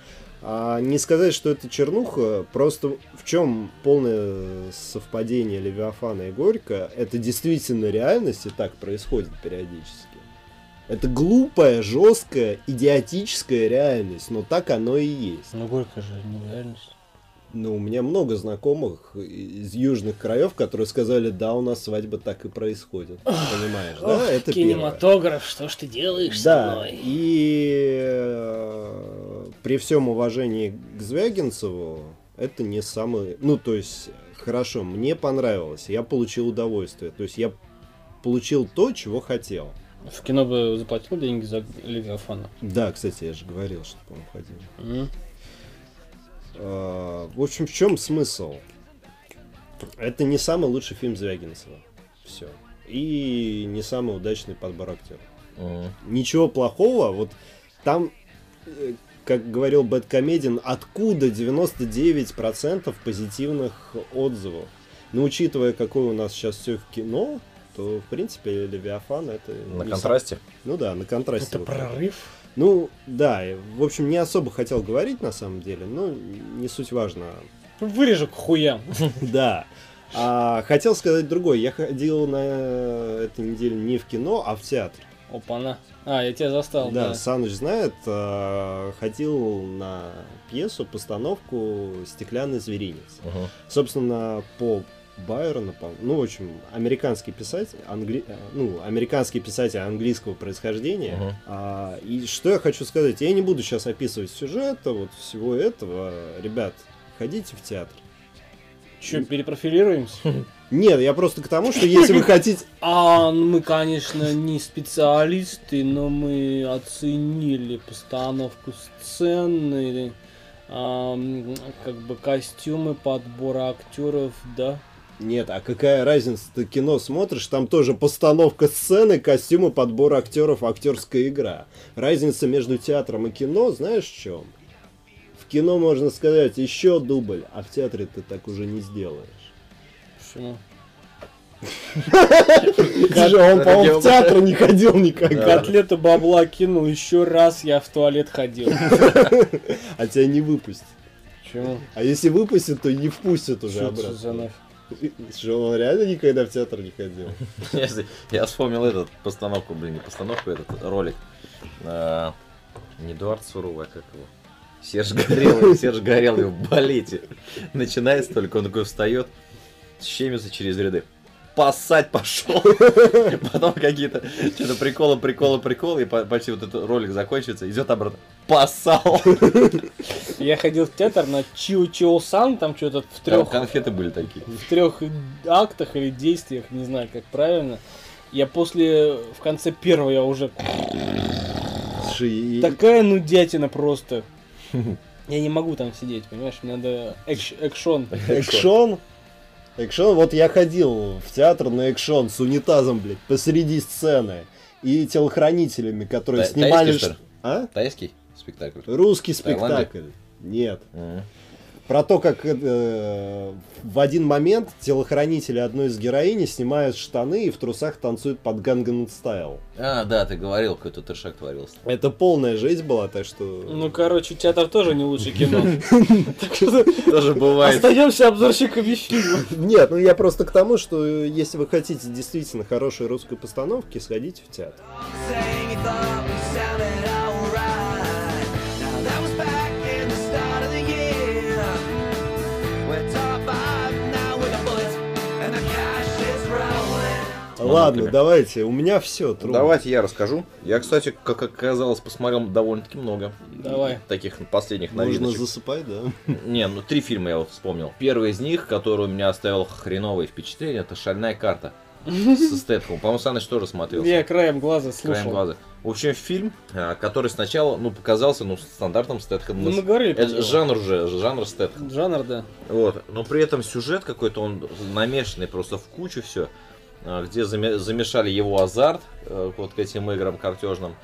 А не сказать, что это чернуха, просто в чем полное совпадение Левиафана и Горько, это действительно реальность и так происходит периодически. Это глупая, жесткая, идиотическая реальность, но так оно и есть.
Ну, горько же, нереальность.
Ну, у меня много знакомых из южных краев, которые сказали, да, у нас свадьба так и происходит. Понимаешь, да? Это первое.
что ж ты делаешь
Да, и э, при всем уважении к Звягинцеву, это не самый... Ну, то есть, хорошо, мне понравилось, я получил удовольствие. То есть, я получил то, чего хотел.
В кино бы заплатил деньги за Левиафана.
Да, кстати, я же говорил, что, по-моему, ходил. Э, В общем, в чем смысл? Это не самый лучший фильм Звягинцева. Все. И не самый удачный подбор актеров.
Мгм.
Ничего плохого, вот там, э, как говорил Бэткомедин, откуда 99% позитивных отзывов? Но учитывая, какое у нас сейчас все в кино, то, в принципе, Левиафан это...
На
не
контрасте?
сам- Ну да, на контрасте.
Это
вот.
прорыв.
Ну, да, и, в общем, не особо хотел говорить на самом деле, но не суть важно. <laughs>
Вырежу к хуям.
Да. А, хотел сказать другой. Я ходил на этой неделе не в кино, а в театр.
Опана. А, я тебя застал,
да,
да.
Саныч знает. а, ходил на пьесу, постановку «Стеклянный зверинец».
Мгм. <laughs>
Собственно, по Байрону, по- ну, в общем, американский писатель, англи- э, ну, американский писатель английского происхождения.
Мгм.
А, и что я хочу сказать, я не буду сейчас описывать сюжета, вот всего этого. Ребят, ходите в театр.
Че, перепрофилируемся?
Нет, я просто к тому, что если вы хотите...
<laughs> А мы, конечно, не специалисты, но мы оценили постановку сцены, ам, как бы костюмы, подбор актеров, да.
Нет, а какая разница, ты кино смотришь, там тоже постановка сцены, костюмы, подбор актеров, актерская игра. Разница между театром и кино, знаешь в чем? В кино можно сказать еще дубль, а в театре ты так уже не сделаешь.
Почему?
Ты же, он, по-моему, в театр не ходил никогда.
Котлету бабла кинул, еще раз я в туалет ходил.
А тебя не выпустят.
Почему?
А если выпустят, то не впустят уже
Что это за
обратно.
нафиг?
Что, он реально никогда в театр не ходил?
Я с- Я вспомнил этот постановку, блин, не постановку, этот ролик. А, Не Эдуард Сурова, а как его? Серж Горелый, <laughs> Серж Горелый в балете. Начинается только, он такой встает, щемится через ряды. Поссать пошел. <laughs> Потом какие-то что-то приколы, приколы, приколы. И по- почти вот этот ролик закончится. Идет обратно. <laughs> Поссал.
Я ходил в театр на Чио Чио Сан, там что-то в
Там
трех
конфеты были такие.
в трех актах или действиях, не знаю, как правильно. Я после, в конце первого я уже...
Слушай, и-
Такая нудятина
<laughs>
просто. Я не могу там сидеть, понимаешь? Мне надо экш- экшон.
Экшон? Экшон, вот я ходил в театр на экшон с унитазом, блядь, посреди сцены. И телохранителями, которые
Та-
снимали...
тайский, что ли?
ш- А?
Тайский спектакль.
Русский
Таиланде?
спектакль. Нет.
Мгм.
Про то, как э, в один момент телохранители одной из героини снимают штаны и в трусах танцуют под Gangnam Style.
А, да, ты говорил, какой-то трешак творился.
Это полная жесть была, так что...
Ну, короче, театр тоже не лучше
<laughs>
кино.
Тоже бывает.
Остаемся обзорщиками фильма.
Нет, ну я просто к тому, что э, если вы хотите действительно хорошей русской постановки, сходите в театр.
Saying you thought we sounded alright.
Ладно,
моноклями.
давайте, у меня все, трудно.
Давайте я расскажу. Я, кстати, как оказалось, посмотрел довольно-таки много.
Давай.
Таких последних
Нужно
новиночек.
засыпать, да?
Не, ну три фильма я вот вспомнил. Первый из них, который у меня оставил хреновое впечатление, это
<laughs>
«Шальная карта» со Стэтхом. По-моему, Саныч тоже смотрел.
Я краем глаза
Краем
слушал.
глаза. В общем, фильм, а, который сначала, ну, показался, ну, стандартным Стэтхэм.
Ну, мы говорили про
Это
него.
жанр же, жанр Стэтхэм.
Жанр, да.
Вот, но при этом сюжет какой-то, он намешанный просто в кучу все, где заме- замешали его азарт э, вот к этим играм картежным,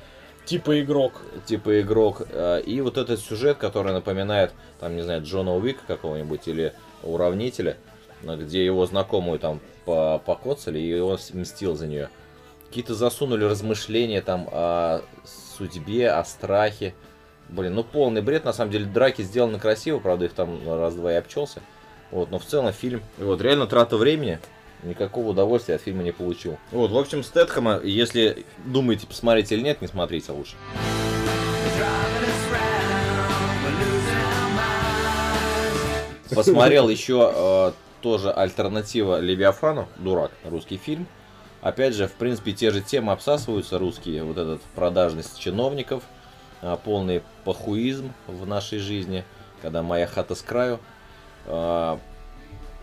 Типа игрок. <laughs>
типа игрок, э, и вот этот сюжет, который напоминает, там, не знаю, Джона Уика какого-нибудь или Уравнителя, э, где его знакомую там по- покоцали, и он с- мстил за нее. Какие-то засунули размышления там о судьбе, о страхе. Блин, ну полный бред, на самом деле драки сделаны красиво, правда их там раз-два и обчелся. Вот, но в целом фильм, вот реально трата времени, никакого удовольствия от фильма не получил. Вот, в общем, Стэтхэма, если думаете посмотреть или нет, не смотрите лучше. Посмотрел еще э, тоже альтернатива Левиафану, дурак, русский фильм. Опять же, в принципе, те же темы обсасываются русские, вот этот продажность чиновников, а, полный похуизм в нашей жизни, когда моя хата с краю. А,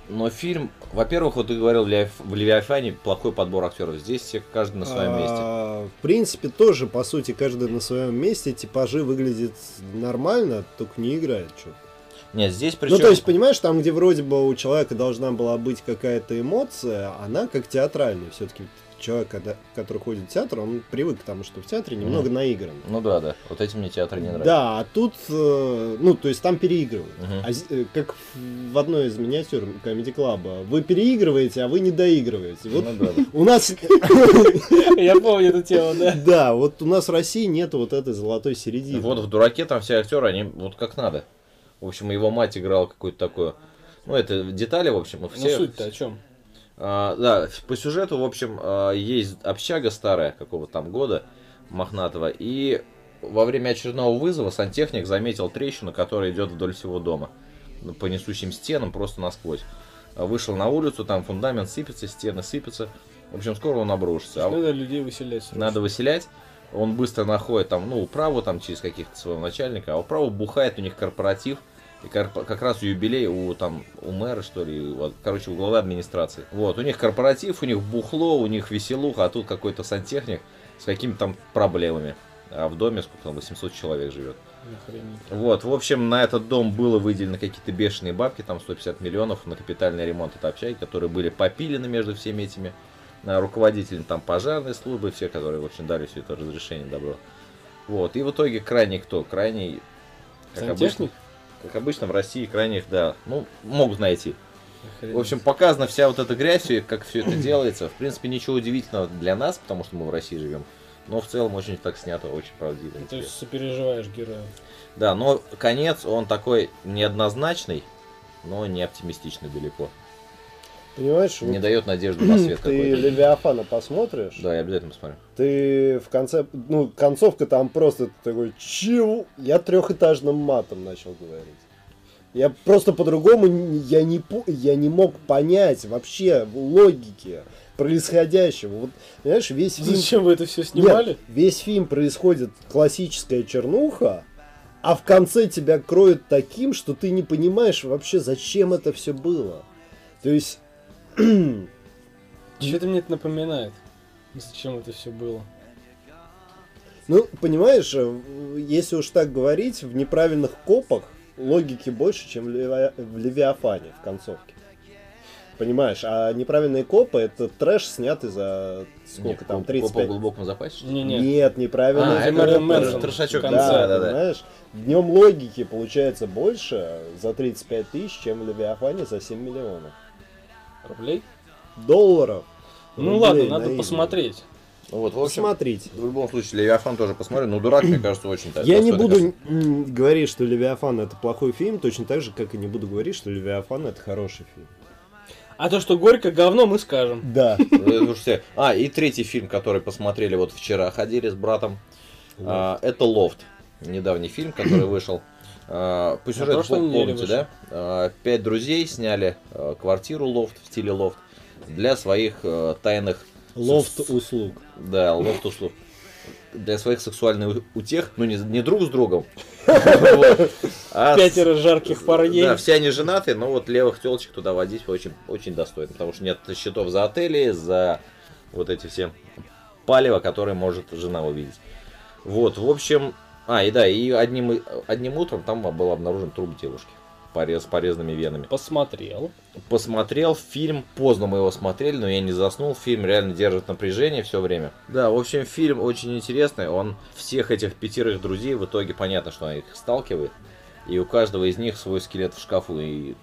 Но фильм, во-первых, вот ты говорил, Лев- в Левиафане плохой подбор актеров. Здесь все каждый на своем месте.
А, В принципе, тоже, по сути, каждый на своем месте. Типажи выглядят нормально, только не играет что-то.
Нет, здесь причем...
Ну, то есть, понимаешь, там, где вроде бы у человека должна была быть какая-то эмоция, она как театральная. Все-таки человек, когда- который ходит в театр, он привык к тому, что в театре немного
Мгм.
наигран.
Ну да, да. Вот этим мне театр не нравится.
Да, а тут, э, ну, то есть там переигрывают.
Мгм.
А зи- э, как в одной из миниатюр Comedy Club, вы переигрываете, а вы не доигрываете. Вот
Ну да, да.
у нас, <laughs>
Я помню эту тему, да.
да, вот у нас в России нет вот этой золотой середины.
Вот в дураке там все актеры, они вот как надо. В общем, его мать играла какую-то такую. Ну, это детали, в общем, и
Ну
все.
суть-то о чем?
А, да, ф- по сюжету, в общем, а, есть общага старая, какого-то там года, Мохнатого, и во время очередного вызова сантехник заметил трещину, которая идет вдоль всего дома, ну, по несущим стенам, просто насквозь. А Вышел на улицу, там фундамент сыпется, стены сыпятся. В общем, скоро он обрушится. А вот-
Надо людей выселять. срочно.
надо выселять. Он быстро находит там, ну, управу там через каких-то своего начальника, а управу бухает у них корпоратив. И корп- как раз юбилей у там у мэра, что ли, вот, короче, у главы администрации. Вот, у них корпоратив, у них бухло, у них веселуха, а тут какой-то сантехник с какими-то там проблемами. А в доме сколько там, 800 человек живет.
Охренеть.
Вот, в общем, на этот дом было выделено какие-то бешеные бабки, там 150 миллионов на капитальный ремонт этой общаги, которые были попилены между всеми этими а, руководителями там пожарной службы, все, которые, в общем, дали все это разрешение, добро. Вот, и в итоге крайний кто? Крайний, как обычно,
Сантехник?
как обычно в России крайних, да, ну, могут найти.
Охренеть.
В общем, показана вся вот эта грязь, и как все это делается. В принципе, ничего удивительного для нас, потому что мы в России живем, но в целом очень так снято, очень правдиво.
Ты
интересно.
сопереживаешь героя.
Да, но конец, он такой неоднозначный, но не оптимистичный далеко.
Понимаешь,
Не
вот
дает надежды на свет
ты
какой-то.
Левиафана посмотришь,
Да, я обязательно посмотрю.
ты в конце, ну, концовка там просто такой, чего? Я трехэтажным матом начал говорить. Я просто по-другому, н- я не, по- я не мог понять вообще логики происходящего. Вот, понимаешь, весь фильм...
Зачем вы это все
Нет,
снимали?
весь фильм происходит классическая чернуха, а в конце тебя кроют таким, что ты не понимаешь вообще, зачем это все было. То есть, <clears throat> ну,
Что это мне это напоминает? Зачем это все было?
ну, понимаешь, э, если уж так говорить, в неправильных копах логики больше, чем в, Левиа- в Левиафане в концовке. Понимаешь, а неправильные копы это трэш, снятый за сколько там, 35...
глубоком запасе? что ли?
Не, не.
Нет, неправильные
А, это
копы.
Мэрилин Мэнсон.
трешачок,
В конце,
Да,
да, да, да.
понимаешь? Днем логики получается больше за 35 тысяч, чем в Левиафане за 7 миллионов.
Рублей?
Долларов.
Ну
Рублей
ладно,
на
надо
игры.
посмотреть.
Ну Вот, в общем,
Посмотрите.
в любом случае, Левиафан тоже посмотрю. Ну, дурак, мне кажется, очень так.
Я не
достойный
буду
каст.
м, говорить, что Левиафан это плохой фильм, точно так же, как и не буду говорить, что Левиафан это хороший фильм.
А то, что горько говно, мы скажем.
Да.
Э, вы же все- А, и третий фильм, который посмотрели вот вчера, ходили с братом. а, Это Лофт. Недавний фильм,
<clears throat>
который вышел. А, По сюжету
прошлой
пом-
неделе
помните,
вышел.
да? А, Пять друзей сняли а, квартиру Лофт в стиле Лофт для своих э, тайных
Лофт услуг.
Да, лофт услуг. Для своих сексуальных у- утех, ну не, не друг с другом. <laughs> Вот. А
Пятеро жарких парней.
Да, все они женаты, но вот левых телочек туда водить очень, очень достойно, потому что нет счетов за отели, за вот эти все палево, которые может жена увидеть. Вот, в общем, а, и да, и одним, и- одним утром там был обнаружен труп девушки порез, с порезанными венами.
Посмотрел.
Посмотрел фильм, поздно мы его смотрели, но я не заснул. Фильм реально держит напряжение все время. Да, в общем, фильм очень интересный. Он всех этих пятерых друзей в итоге понятно, что он их сталкивает. И у каждого из них свой скелет в шкафу. И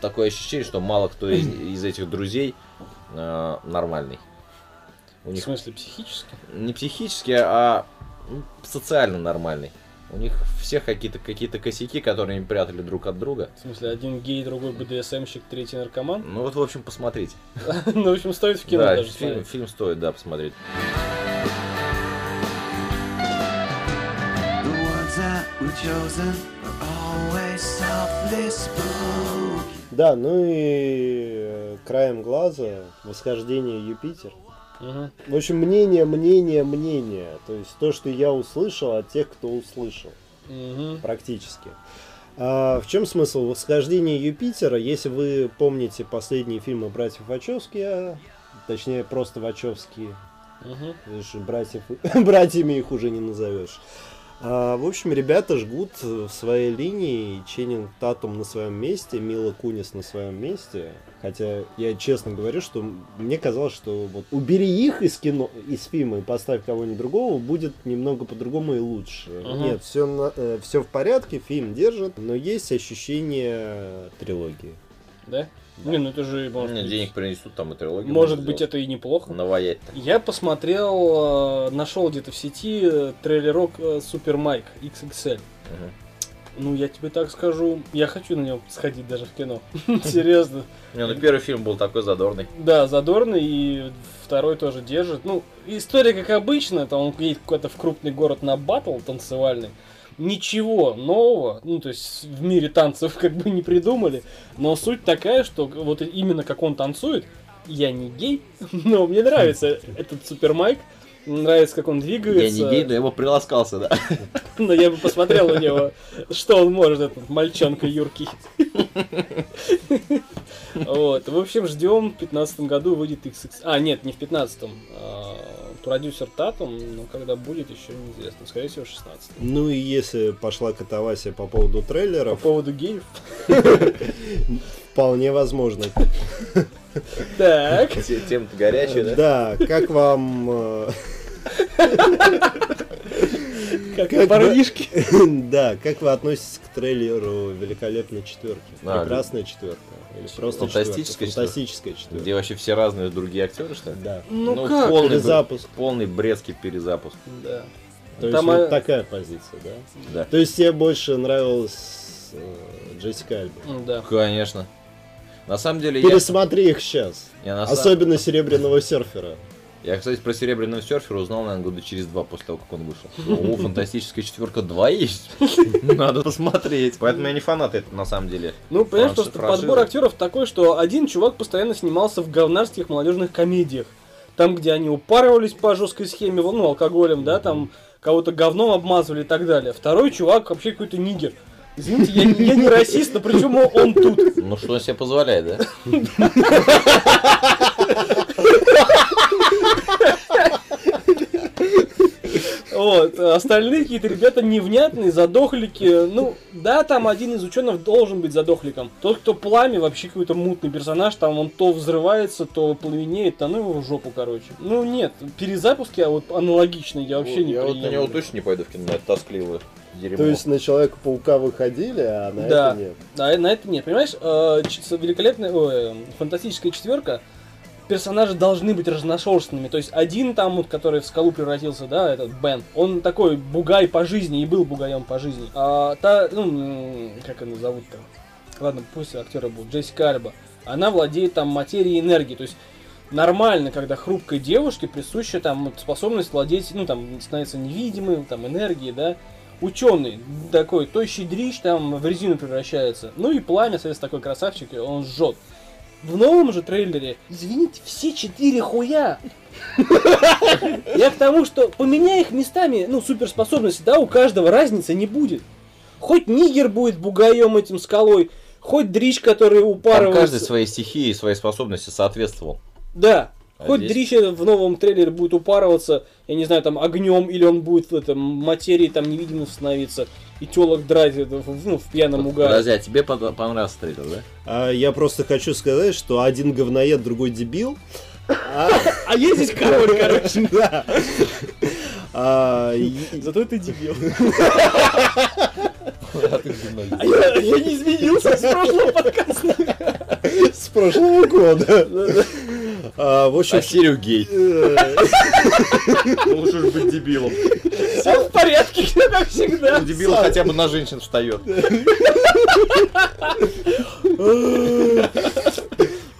такое ощущение, что мало кто <clears throat> из, из этих друзей э, нормальный. У
В
них
смысле, психически?
не психически, а ну, социально нормальный. У них всех какие-то какие косяки, которые они прятали друг от друга.
В смысле, один гей, другой БДСМщик, третий наркоман?
Ну вот, в общем, посмотрите.
<laughs> Ну, в общем, стоит в кино
да,
даже
фильм,
смотреть.
фильм стоит, да, посмотреть.
The ones that we've chosen are always softly spoken.
Да, ну и э, краем глаза восхождение Юпитер.
Мгм.
В общем, мнение, мнение, мнение. То есть то, что я услышал от тех, кто услышал.
Мгм.
практически. А в чем смысл восхождения Юпитера? Если вы помните последние фильмы братьев Вачовски, а, точнее просто Вачовски,
Мгм.
потому что братьев, <laughs> братьями их уже не назовешь. А, в общем, ребята жгут в своей линии, Ченнинг Татум на своем месте, Мила Кунис на своем месте. Хотя я честно говорю, что мне казалось, что вот убери их из кино, из фильма и поставь кого-нибудь другого, будет немного по-другому и лучше.
Ага.
Нет, все, все в порядке, фильм держит, но есть ощущение трилогии.
Да? Не, ну это же, может
Мне
быть,
денег принесут, там и трилогию.
может
можно
быть,
сделать.
это и неплохо.
Наваять-то.
Я посмотрел, э, нашел где-то в сети э, трейлерок э, Супер Майк XXL.
Мгм.
Ну, я тебе так скажу, я хочу на него сходить даже в кино. <laughs> Серьезно.
Не, ну первый фильм был такой задорный.
Да, задорный, и второй тоже держит. Ну, история как обычно, там он едет куда-то в крупный город на батл танцевальный. Ничего нового, ну, то есть в мире танцев <laughs> как бы не придумали, но суть такая, что вот именно как он танцует, я не гей, <laughs> но мне нравится
<laughs>
этот супермайк, нравится, как он
Я
двигается.
не гей, но я бы
<laughs>
приласкался, да.
Но Ну, я бы посмотрел на него, что он может, этот мальчонка Юркий. Вот. В общем, ждем. В 15 году выйдет XX. А, нет, не в 15-м. а, Продюсер Татум, но когда будет, еще неизвестно. Скорее всего, в 16
Ну и если пошла катавасия по поводу
По
трейлеров,
поводу геев.
вполне возможно,
Так.
Те- Тема-то горячая, да?
Да, как вам... э, <laughs>
Как
Как бы-
парнишки.
Да, как вы относитесь к трейлеру великолепной четверки?
А,
Прекрасная четверка. Или просто
фантастическая
четверка? Фантастическая четверка.
Где вообще все разные другие актеры, что ли?
Да.
Ну как?
Полный, бр-
Перезапуск.
полный брецкий перезапуск.
Да.
Ну,
То есть
Там,
вот
э,
такая позиция, да?
Да.
То есть тебе больше нравилась э, Джессика Альба?
Да.
Ну, Конечно. На самом деле, я...
Пересмотри их сейчас.
я на самом-
Особенно Серебряного серфера.
Я, кстати, про серебряного серфера узнал, наверное, года через два после того, как он
<laughs>
вышел. О, фантастическая четверка 2 есть. Надо посмотреть. Поэтому я не фанат этого, на самом деле.
Ну, понимаешь,
Франши-
просто
франшиза.
подбор актеров такой, что один чувак постоянно снимался в говнарских молодежных комедиях. Там, где они упарывались по жесткой схеме, ну, алкоголем, да, там кого-то говном обмазывали и так далее. Второй чувак вообще какой-то нигер. Извините,
<laughs>
я, не- я не расист, но причем он тут.
Ну, что он себе позволяет, да?
Вот. а Остальные какие-то ребята невнятные, задохлики. Ну, да, там один из ученых должен быть задохликом. Тот, кто пламя, вообще какой-то мутный персонаж, там он то взрывается, то пламенеет, то ну его в жопу, короче. Ну, нет, перезапуски, а вот аналогичные я вообще не
Я вот на него
приемлю.
точно не пойду в кино, это тоскливое дерьмо.
То есть на Человека-паука выходили, а на
Да.
это нет.
Да, и на это нет. Понимаешь, э, ч- с- великолепная, ой, эм, фантастическая четверка. Персонажи должны быть разношерстными. То есть один там, вот, который в скалу превратился, да, этот Бен, он такой бугай по жизни и был бугаем по жизни. А та, ну, м, как ее зовут-то? Ладно, пусть актера будет, Джессика Альба. Она владеет там материей и энергией. То есть нормально, когда хрупкой девушке присуща там вот способность владеть, ну там становиться невидимым, там энергией, да, ученый такой, тощий дрищ там в резину превращается. Ну и пламя, соответственно, такой красавчик, и он жжет. в новом же трейлере, извините, все четыре хуя. Я к тому, что поменяй их местами, ну, суперспособности, да, у каждого разницы не будет. Хоть Нигер будет бугаем этим скалой, хоть Дрич, который
Там
упарывается.
каждый своей стихии и своей способности соответствовал.
Да.
А
Хоть
здесь?
Дрич в новом трейлере будет упарываться, я не знаю, там огнем, или он будет в этом материи там невидимым становиться, и телок драть это, в- ну, в пьяном угаре.
Подожди, а тебе пон- понравился трейлер, да?
А я просто хочу сказать, что один говноед, другой дебил. А,
А я здесь король, короче. ну,
да. А, и-
Зато ты дебил. А я, я не изменился с прошлого подкаста.
<laughs> С прошлого года. А, В общем,
А Серег <laughs> гей.
э,
Ну, Лучше уж быть дебилом.
Все в порядке, <laughs> как всегда.
У дебила хотя бы на женщин встает.
<laughs>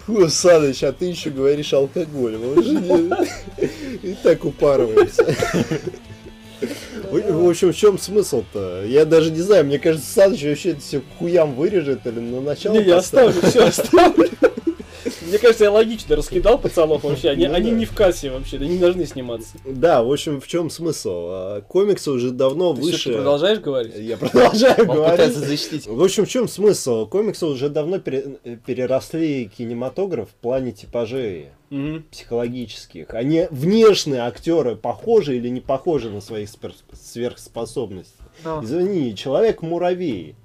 Фу, Саныч, а ты еще говоришь алкоголь. мы уже не- И так упарываемся. В в общем, в чем смысл-то? Я даже не знаю, мне кажется, Саныч вообще это все хуям вырежет или на начало
Не, я
поставит.
оставлю, все оставлю. Мне кажется, я логично раскидал пацанов вообще. Они,
Ну
они
да.
не в кассе вообще, они не должны сниматься.
Да, в общем, в чем смысл? А, Комиксы уже давно
Ты что,
выше...
ты продолжаешь говорить?
Я продолжаю
Он пытается
говорить.
защитить.
В общем, в чем смысл? Комиксы уже давно пере- переросли кинематограф в плане типажей.
Мгм.
психологических. Они внешние актеры похожи или не похожи на своих спер- сверхспособностей. Извини, человек муравей.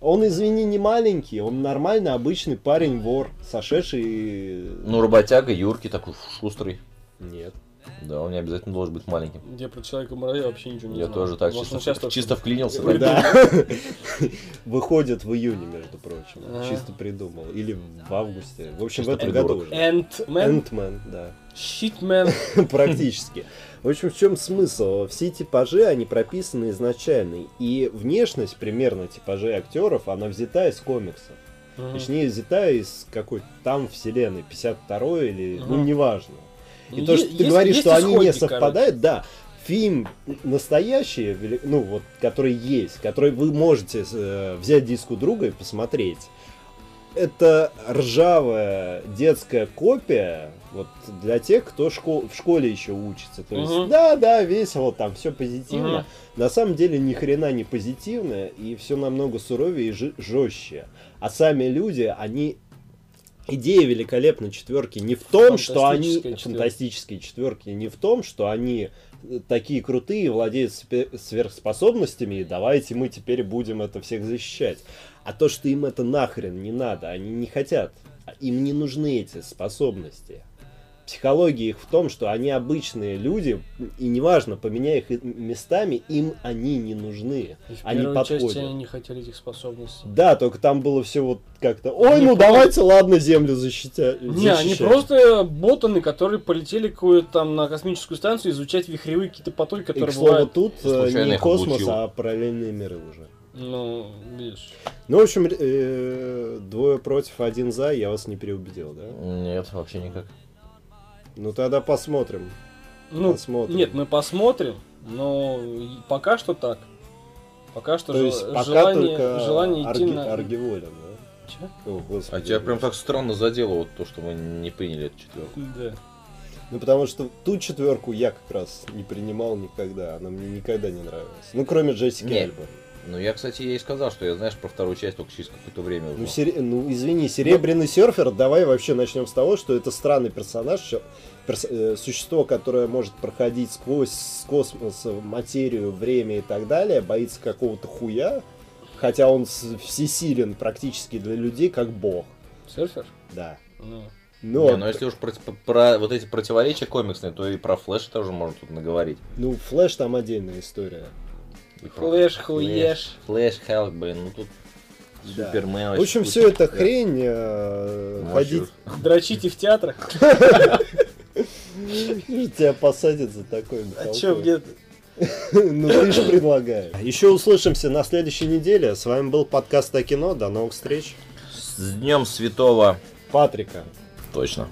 Он, извини, не маленький, он нормальный обычный парень вор, сошедший.
Ну, работяга, Юрки такой шустрый.
Нет.
Да, он не обязательно должен быть маленьким.
Я про человека муравья вообще ничего не
Я
знаю.
тоже так
Может, он
чисто,
сейчас только-
чисто вклинился.
Придумал.
да.
Да. <laughs> Выходит в июне, между прочим.
А.
Чисто придумал. Или в августе. В общем, в
Чисто
этом
придурок.
году уже.
Ant-Man,
Энтмен, да.
Shitman.
<laughs> Практически. В общем, в чем смысл? Все типажи, они прописаны изначально. И внешность примерно типажей актеров, она взята из комиксов. Точнее, взята из какой-то там вселенной, 52 или, ну,
Мгм.
неважно. И
Ну,
то,
е-
что ты
есть-
говоришь,
есть
что они не
исходник,
совпадают, да. Фильм настоящий, вели- ну вот, который есть, который вы можете э, взять диск у друга и посмотреть. Это ржавая детская копия вот для тех, кто шко- в школе еще учится. То есть,
Мгм.
да, да, весело, там все позитивно.
Мгм.
На самом деле ни хрена не позитивно, и все намного суровее и жи- жестче. А сами люди, они... Идея великолепной четверки не в том, что они...
Фантастическая четвёрка.
Фантастические четверки не в том, что они э, такие крутые, владеют спе- сверхспособностями, и давайте мы теперь будем это всех защищать. А то, что им это нахрен не надо, они не хотят. А Им не нужны эти способности. Психология их в том, что они обычные люди, и неважно, поменяй их и- местами, им они не нужны.
И в
Они
первой
подходят.
части они не хотели этих способностей.
Да, только там было все вот как-то. Ой,
Они
ну
просто-
давайте, ладно, землю защитя...
Не, они
защищать».
просто ботаны, которые полетели какую-то там на космическую станцию изучать вихревые какие-то потоки,
И, к
которые
слову,
бывают.
тут э,
Случайно
не
их
космос,
облучил.
а параллельные миры уже.
Ну, видишь.
Ну, в общем, ре- э, двое против, один за, я вас не переубедил, да?
Нет, вообще никак.
Ну тогда посмотрим.
Ну,
Посмотрим.
нет, мы посмотрим, но и пока что так. Пока что
То
же-
есть пока
желание,
только
желание идти
арги-
на...
аргиволем, да?
Чё?
О, господи.
А тебя прям так странно задело вот то, что мы не приняли эту четверку.
Да.
Ну потому что ту четверку я как раз не принимал никогда, она мне никогда не нравилась. Ну кроме Джессики
Не.
Альба.
Ну, я, кстати, ей сказал, что я, знаешь, про вторую часть только через какое-то время
Ну,
узнал.
сере- ну, извини, серебряный серфер, давай вообще начнем с того, что это странный персонаж, чё- перс- э, существо, которое может проходить сквозь с космоса, материю, время и так далее, боится какого-то хуя, хотя он с- всесилен практически для людей, как бог.
Серфер?
Да.
Ну.
Но,
Не, ну если уж про, про вот эти противоречия комиксные, то и про Флэш тоже можно тут наговорить.
ну, Флэш там отдельная история.
И про
Хуешь, хуешь.
Флэш, Хелкбейн, ну тут
Да.
Супермен.
В общем, все это хрень э,
Ну,
ходить.
Дрочите в театрах.
<laughs> Тебя посадят за такой
А чё, где
<laughs> Ну ты же предлагаешь. Еще услышимся на следующей неделе. С вами был подкаст о кино. До новых встреч.
С Днем Святого.
Патрика.
Точно.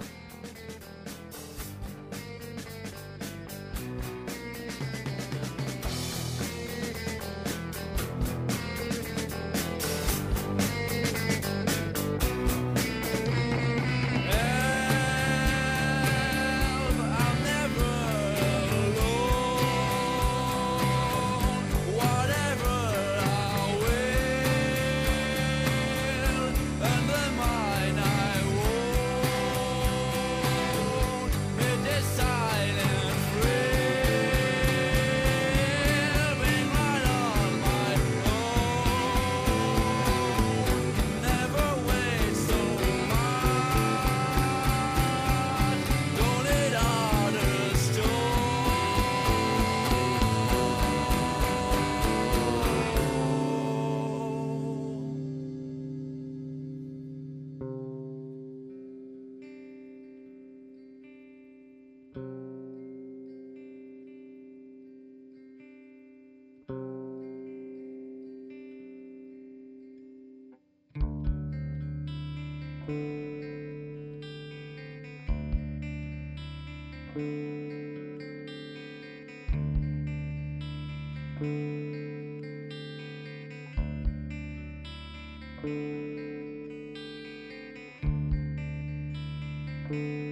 Thank you.